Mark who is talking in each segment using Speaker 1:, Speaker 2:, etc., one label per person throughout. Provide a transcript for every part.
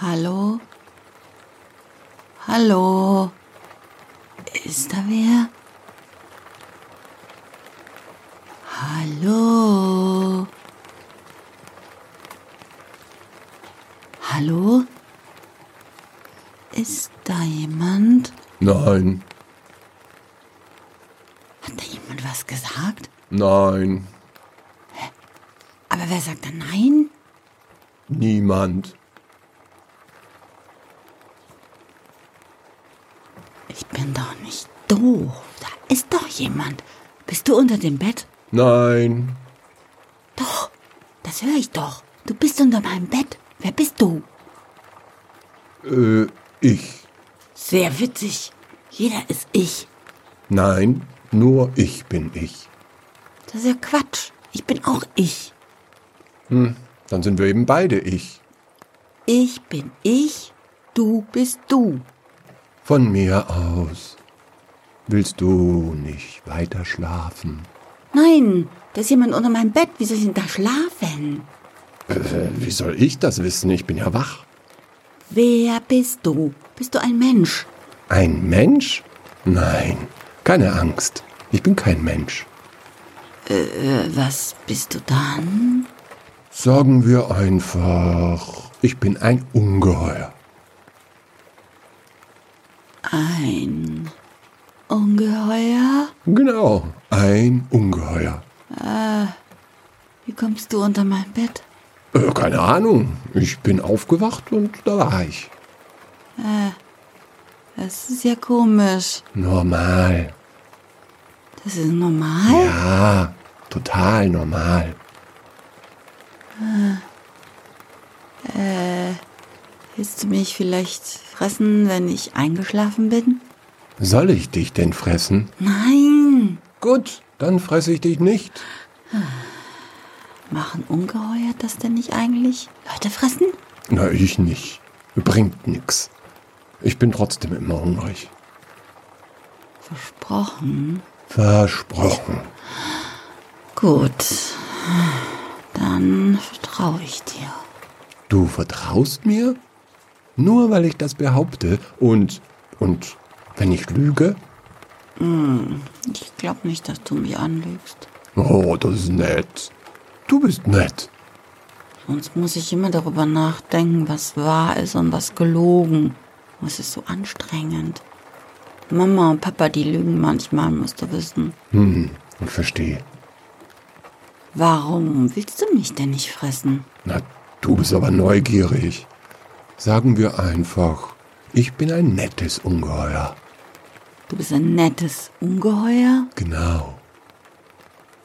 Speaker 1: Hallo? Hallo? Ist da wer? Hallo? Hallo? Ist da jemand?
Speaker 2: Nein,
Speaker 1: Hat da jemand was gesagt?
Speaker 2: nein,
Speaker 1: Aber wer sagt dann nein?
Speaker 2: niemand.
Speaker 1: Ich bin doch nicht doof. Da ist doch jemand. Bist du unter dem Bett?
Speaker 2: Nein,
Speaker 1: Doch, das höre ich doch. Du bist unter meinem Bett. Wer bist du?
Speaker 2: äh, ich.
Speaker 1: Sehr witzig. Jeder ist ich.
Speaker 2: Nein, nur ich bin ich.
Speaker 1: Das ist ja Quatsch. Ich bin auch ich.
Speaker 2: Dann sind wir eben beide ich.
Speaker 1: Ich bin ich, du bist du.
Speaker 2: Von mir aus. Willst du nicht weiter schlafen?
Speaker 1: Nein, da ist jemand unter meinem Bett. Wie soll ich denn da schlafen?
Speaker 2: Äh, wie soll ich das wissen? Ich bin ja wach.
Speaker 1: Wer bist du? Bist du ein Mensch?
Speaker 2: Ein Mensch? Nein, keine Angst. Ich bin kein Mensch.
Speaker 1: Äh, was bist du dann?
Speaker 2: Sagen wir einfach, ich bin ein Ungeheuer.
Speaker 1: Ein Ungeheuer?
Speaker 2: Genau, ein Ungeheuer.
Speaker 1: Wie kommst du unter mein Bett?
Speaker 2: Äh, keine Ahnung. Ich bin aufgewacht und da war ich.
Speaker 1: Das ist ja komisch.
Speaker 2: Normal.
Speaker 1: Das ist normal?
Speaker 2: Ja, total normal.
Speaker 1: Willst du mich vielleicht fressen, wenn ich eingeschlafen bin?
Speaker 2: Soll ich dich denn fressen?
Speaker 1: Nein!
Speaker 2: Gut, dann fresse ich dich nicht.
Speaker 1: Machen Ungeheuer das denn nicht eigentlich? Leute fressen?
Speaker 2: Na, ich nicht. Bringt nix. Ich bin trotzdem immer hungrig.
Speaker 1: Versprochen.
Speaker 2: Versprochen.
Speaker 1: Gut. Dann vertraue ich dir.
Speaker 2: Du vertraust mir? Nur weil ich das behaupte und. und. wenn ich lüge?
Speaker 1: Ich glaube nicht, dass du mich anlügst.
Speaker 2: Oh, das ist nett. Du bist nett.
Speaker 1: Sonst muss ich immer darüber nachdenken, was wahr ist und was gelogen. Und Es ist so anstrengend. Mama und Papa, die lügen manchmal, musst du wissen.
Speaker 2: Hm, ich verstehe.
Speaker 1: Warum willst du mich denn nicht fressen?
Speaker 2: Na, du bist aber neugierig. Sagen wir einfach, ich bin ein nettes Ungeheuer.
Speaker 1: Du bist ein nettes Ungeheuer.
Speaker 2: Genau.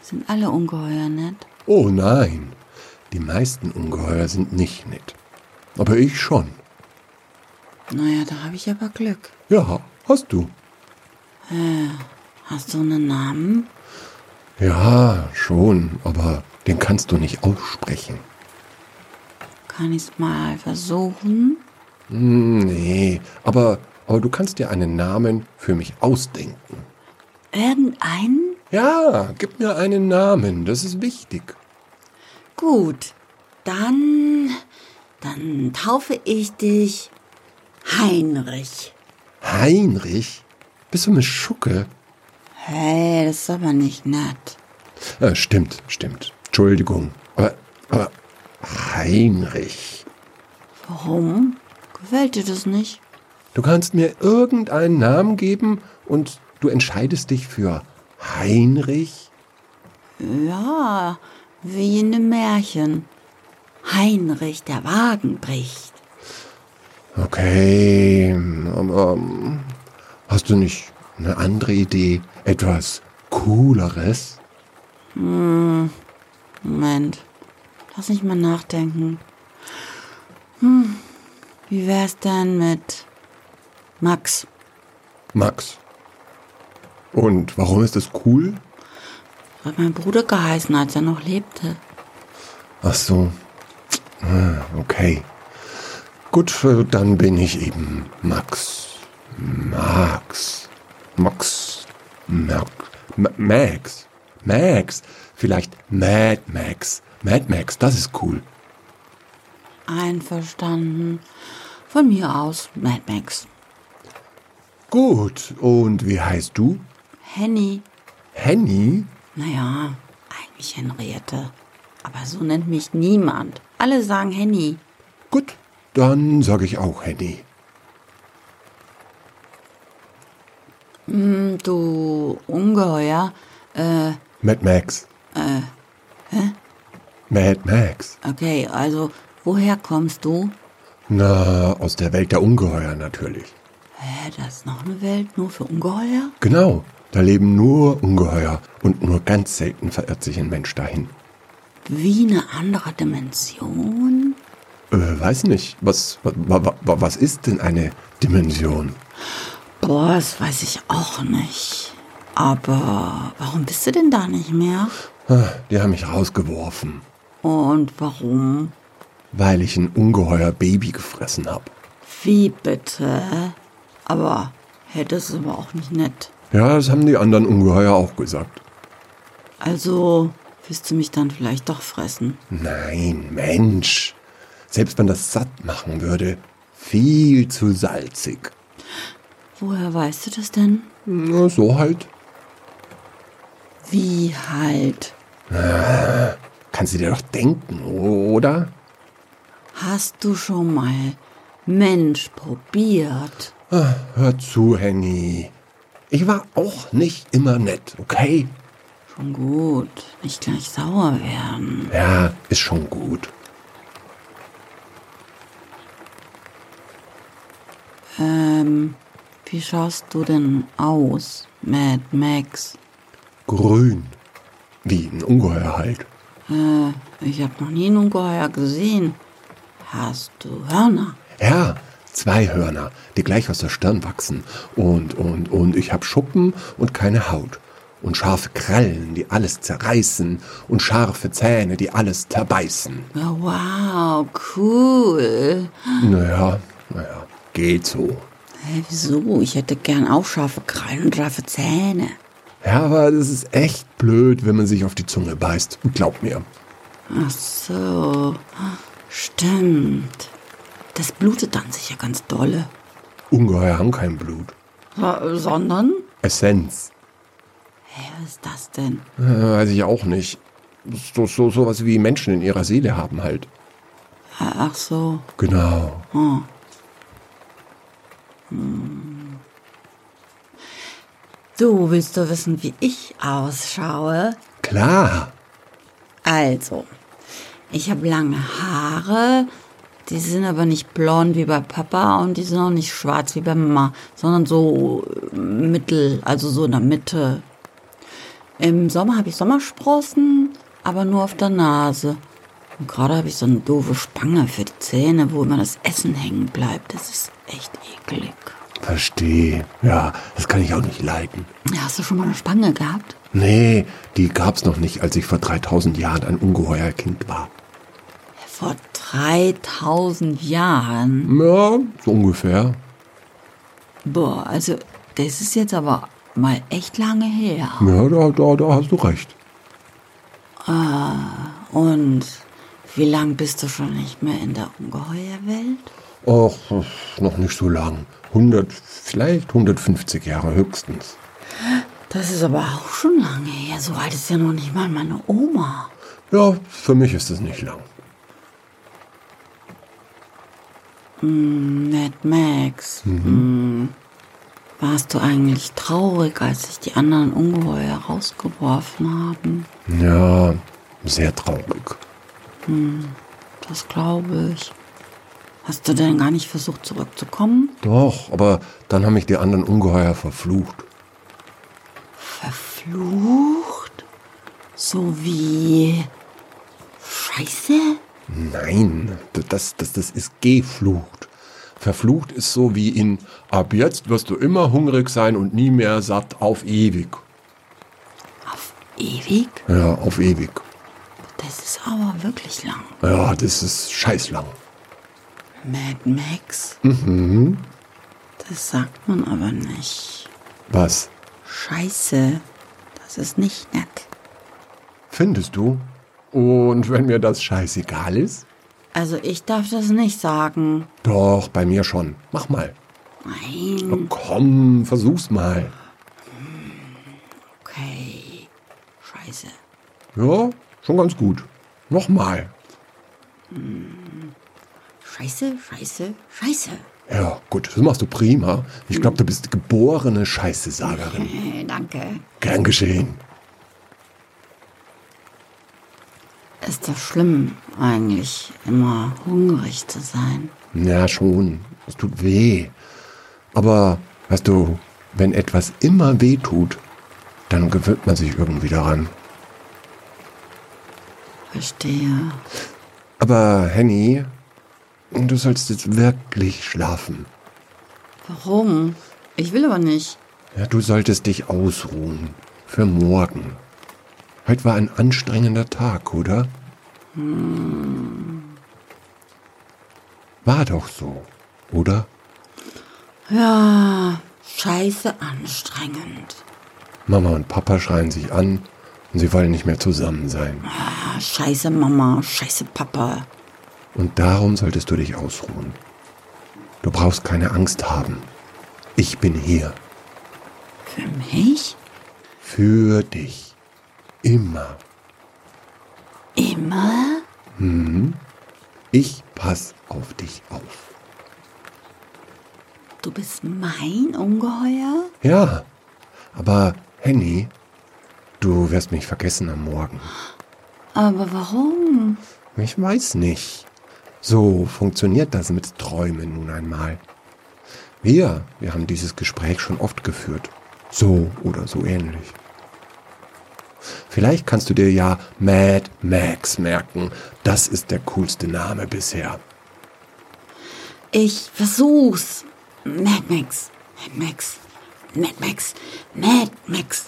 Speaker 1: Sind alle Ungeheuer nett?
Speaker 2: Oh nein, die meisten Ungeheuer sind nicht nett. Aber ich schon.
Speaker 1: Naja, da habe ich aber Glück.
Speaker 2: Ja, hast du.
Speaker 1: Hast du einen Namen?
Speaker 2: Ja, schon, aber den kannst du nicht aussprechen.
Speaker 1: Kann ich es mal versuchen?
Speaker 2: Hm, Nee, aber, aber du kannst dir einen Namen für mich ausdenken.
Speaker 1: Irgendeinen?
Speaker 2: Ja, gib mir einen Namen, das ist wichtig.
Speaker 1: Gut. Dann. Dann taufe ich dich Heinrich.
Speaker 2: Heinrich? Bist du eine Schucke?
Speaker 1: Hey, das ist aber nicht nett.
Speaker 2: Äh, stimmt, stimmt. Entschuldigung. Aber, aber Heinrich,
Speaker 1: Warum? Gefällt dir das nicht?
Speaker 2: du kannst mir irgendeinen Namen geben und du entscheidest dich für Heinrich?
Speaker 1: Ja, wie in einem Märchen. Heinrich, der Wagen bricht.
Speaker 2: Okay, aber ähm, hast du nicht eine andere Idee? Etwas Cooleres?
Speaker 1: Moment. Lass mich mal nachdenken. Hm. Wie wär's denn mit Max?
Speaker 2: Max. Und warum ist das cool?
Speaker 1: So Hat mein Bruder geheißen, als er noch lebte.
Speaker 2: Ach so. Ah, Okay. Gut, äh, dann bin ich eben Max. Max. Max. Max. Ma- Max. Max. Vielleicht Mad Max. Mad Max, das ist cool.
Speaker 1: Einverstanden. Von mir aus Mad Max.
Speaker 2: Gut, und wie heißt du?
Speaker 1: Henny.
Speaker 2: Henny?
Speaker 1: Naja, eigentlich Henriette. Aber so nennt mich niemand. Alle sagen Henny.
Speaker 2: Gut, dann sage ich auch Henny.
Speaker 1: Hm, Du Ungeheuer. Äh,
Speaker 2: Mad Max. Äh, hä? Mad Max.
Speaker 1: okay, also, woher kommst du?
Speaker 2: Na, aus der Welt der Ungeheuer natürlich.
Speaker 1: Hä, da ist noch eine Welt nur für Ungeheuer?
Speaker 2: Genau, da leben nur Ungeheuer und nur ganz selten verirrt sich ein Mensch dahin.
Speaker 1: Wie eine andere Dimension?
Speaker 2: Äh, weiß nicht, was, wa, wa, wa, was ist denn eine Dimension?
Speaker 1: Boah, das weiß ich auch nicht. Aber warum bist du denn da nicht mehr?
Speaker 2: Ah, Die haben mich rausgeworfen,
Speaker 1: Und warum?
Speaker 2: weil ich ein Ungeheuer Baby gefressen habe.
Speaker 1: Wie bitte? Aber hättest es aber auch nicht nett.
Speaker 2: Ja, das haben die anderen Ungeheuer auch gesagt.
Speaker 1: Also willst du mich dann vielleicht doch fressen?
Speaker 2: Nein, Mensch. Selbst wenn das satt machen würde, viel zu salzig.
Speaker 1: Woher weißt du das denn?
Speaker 2: Na, so halt.
Speaker 1: Wie halt?
Speaker 2: Kannst du dir doch denken, oder?
Speaker 1: Hast du schon mal Mensch probiert?
Speaker 2: Ah, Hör zu, Henny. Ich war auch nicht immer nett, okay?
Speaker 1: Schon gut. Nicht gleich sauer werden.
Speaker 2: Ja, ist schon gut.
Speaker 1: Ähm, wie schaust du denn aus, Mad Max?
Speaker 2: Grün. Wie ein Ungeheuer halt.
Speaker 1: Äh, ich habe noch nie einen Ungeheuer gesehen. Hast du Hörner?
Speaker 2: Ja, zwei Hörner, die gleich aus der Stirn wachsen. Und, und, und ich hab Schuppen und keine Haut. Und scharfe Krallen, die alles zerreißen. Und scharfe Zähne, die alles zerbeißen.
Speaker 1: Ja, wow, cool.
Speaker 2: Naja, naja, geht so.
Speaker 1: Hä, wieso? Ich hätte gern auch scharfe Krallen und scharfe Zähne.
Speaker 2: Ja, aber das ist echt blöd, wenn man sich auf die Zunge beißt. Glaub mir.
Speaker 1: Ach so. Stimmt. Das blutet dann sicher ganz dolle.
Speaker 2: Ungeheuer haben kein Blut.
Speaker 1: So- Sondern?
Speaker 2: Essenz.
Speaker 1: Hä, was ist das denn?
Speaker 2: Äh, weiß ich auch nicht. So, so, so was wie Menschen in ihrer Seele haben halt.
Speaker 1: Ach so.
Speaker 2: Genau.
Speaker 1: Du willst du wissen, wie ich ausschaue?
Speaker 2: Klar.
Speaker 1: Also, ich habe lange Haare, die sind aber nicht blond wie bei Papa und die sind auch nicht schwarz wie bei Mama, sondern so äh, mittel, also so in der Mitte. Im Sommer habe ich Sommersprossen, aber nur auf der Nase. Und gerade habe ich so eine doofe Spange für die Zähne, wo immer das Essen hängen bleibt. Das ist echt eklig.
Speaker 2: Verstehe. Ja, das kann ich auch nicht leiden.
Speaker 1: Hast du schon mal eine Spange gehabt?
Speaker 2: Nee, die gab's noch nicht, als ich vor 3000 Jahren ein ungeheuer Kind war.
Speaker 1: Vor 3000 Jahren.
Speaker 2: Ja, so ungefähr.
Speaker 1: Boah, also das ist jetzt aber mal echt lange her.
Speaker 2: Ja, da, da, da hast du recht.
Speaker 1: Und wie lang bist du schon nicht mehr in der Ungeheuerwelt?
Speaker 2: Ach, noch nicht so lang. 100, vielleicht 150 Jahre höchstens.
Speaker 1: Das ist aber auch schon lange her. So alt ist ja noch nicht mal meine Oma.
Speaker 2: Ja, für mich ist es nicht lang.
Speaker 1: Mad Max. hm. Warst du eigentlich traurig, als sich die anderen Ungeheuer rausgeworfen haben?
Speaker 2: Ja, sehr traurig.
Speaker 1: Das glaube ich. Hast du denn gar nicht versucht zurückzukommen?
Speaker 2: Doch, aber dann haben mich die anderen Ungeheuer verflucht.
Speaker 1: Verflucht? So wie Scheiße?
Speaker 2: Nein, das, das, das ist geflucht. Verflucht ist so wie in Ab jetzt wirst du immer hungrig sein und nie mehr satt auf ewig.
Speaker 1: Auf ewig?
Speaker 2: Ja, auf ewig.
Speaker 1: Das ist aber wirklich lang.
Speaker 2: Ja, das ist scheißlang.
Speaker 1: Mad Max? Das sagt man aber nicht.
Speaker 2: Was?
Speaker 1: Scheiße. Das ist nicht nett.
Speaker 2: Findest du? Und wenn mir das scheißegal ist?
Speaker 1: Also ich darf das nicht sagen.
Speaker 2: Doch, bei mir schon. Mach mal.
Speaker 1: Nein,
Speaker 2: Oh, komm, versuch's mal.
Speaker 1: okay. Scheiße.
Speaker 2: Ja, schon ganz gut. Nochmal.
Speaker 1: Scheiße, scheiße, scheiße.
Speaker 2: Ja, gut, das machst du prima. Ich glaube, du bist geborene Scheißesagerin.
Speaker 1: Äh, danke.
Speaker 2: Gern geschehen.
Speaker 1: Ist das schlimm, eigentlich immer hungrig zu sein?
Speaker 2: Ja, schon. Es tut weh. Aber, weißt du, wenn etwas immer weh tut, dann gewöhnt man sich irgendwie daran.
Speaker 1: Verstehe.
Speaker 2: Aber, Henny, du sollst jetzt wirklich schlafen.
Speaker 1: Warum? Ich will aber nicht.
Speaker 2: Ja, du solltest dich ausruhen. Für morgen. Heute war ein anstrengender Tag, oder? War doch so, oder?
Speaker 1: Ja, scheiße anstrengend.
Speaker 2: Mama und Papa schreien sich an und sie wollen nicht mehr zusammen sein.
Speaker 1: Ah, scheiße Mama, scheiße Papa.
Speaker 2: Und darum solltest du dich ausruhen. Du brauchst keine Angst haben. Ich bin hier.
Speaker 1: Für mich?
Speaker 2: Für dich. Immer.
Speaker 1: Immer?
Speaker 2: Ich pass auf dich auf.
Speaker 1: Du bist mein Ungeheuer?
Speaker 2: Ja. Aber, Henny, du wirst mich vergessen am Morgen.
Speaker 1: Aber warum?
Speaker 2: Ich weiß nicht. So funktioniert das mit Träumen nun einmal. Wir, wir haben dieses Gespräch schon oft geführt. So oder so ähnlich. Vielleicht kannst du dir ja Mad Max merken. Das ist der coolste Name bisher.
Speaker 1: Ich versuch's. Mad Max, Mad Max, Mad Max, Mad Max,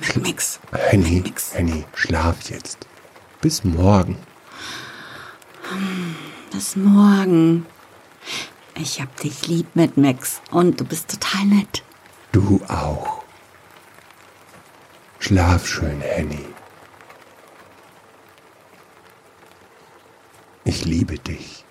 Speaker 1: Mad Max.
Speaker 2: Henny,
Speaker 1: Mad Max.
Speaker 2: Henny, schlaf jetzt. Bis morgen.
Speaker 1: Bis morgen. Ich hab dich lieb, Mad Max. Und du bist total nett.
Speaker 2: Du auch. Schlaf schön, Henny. Ich liebe dich.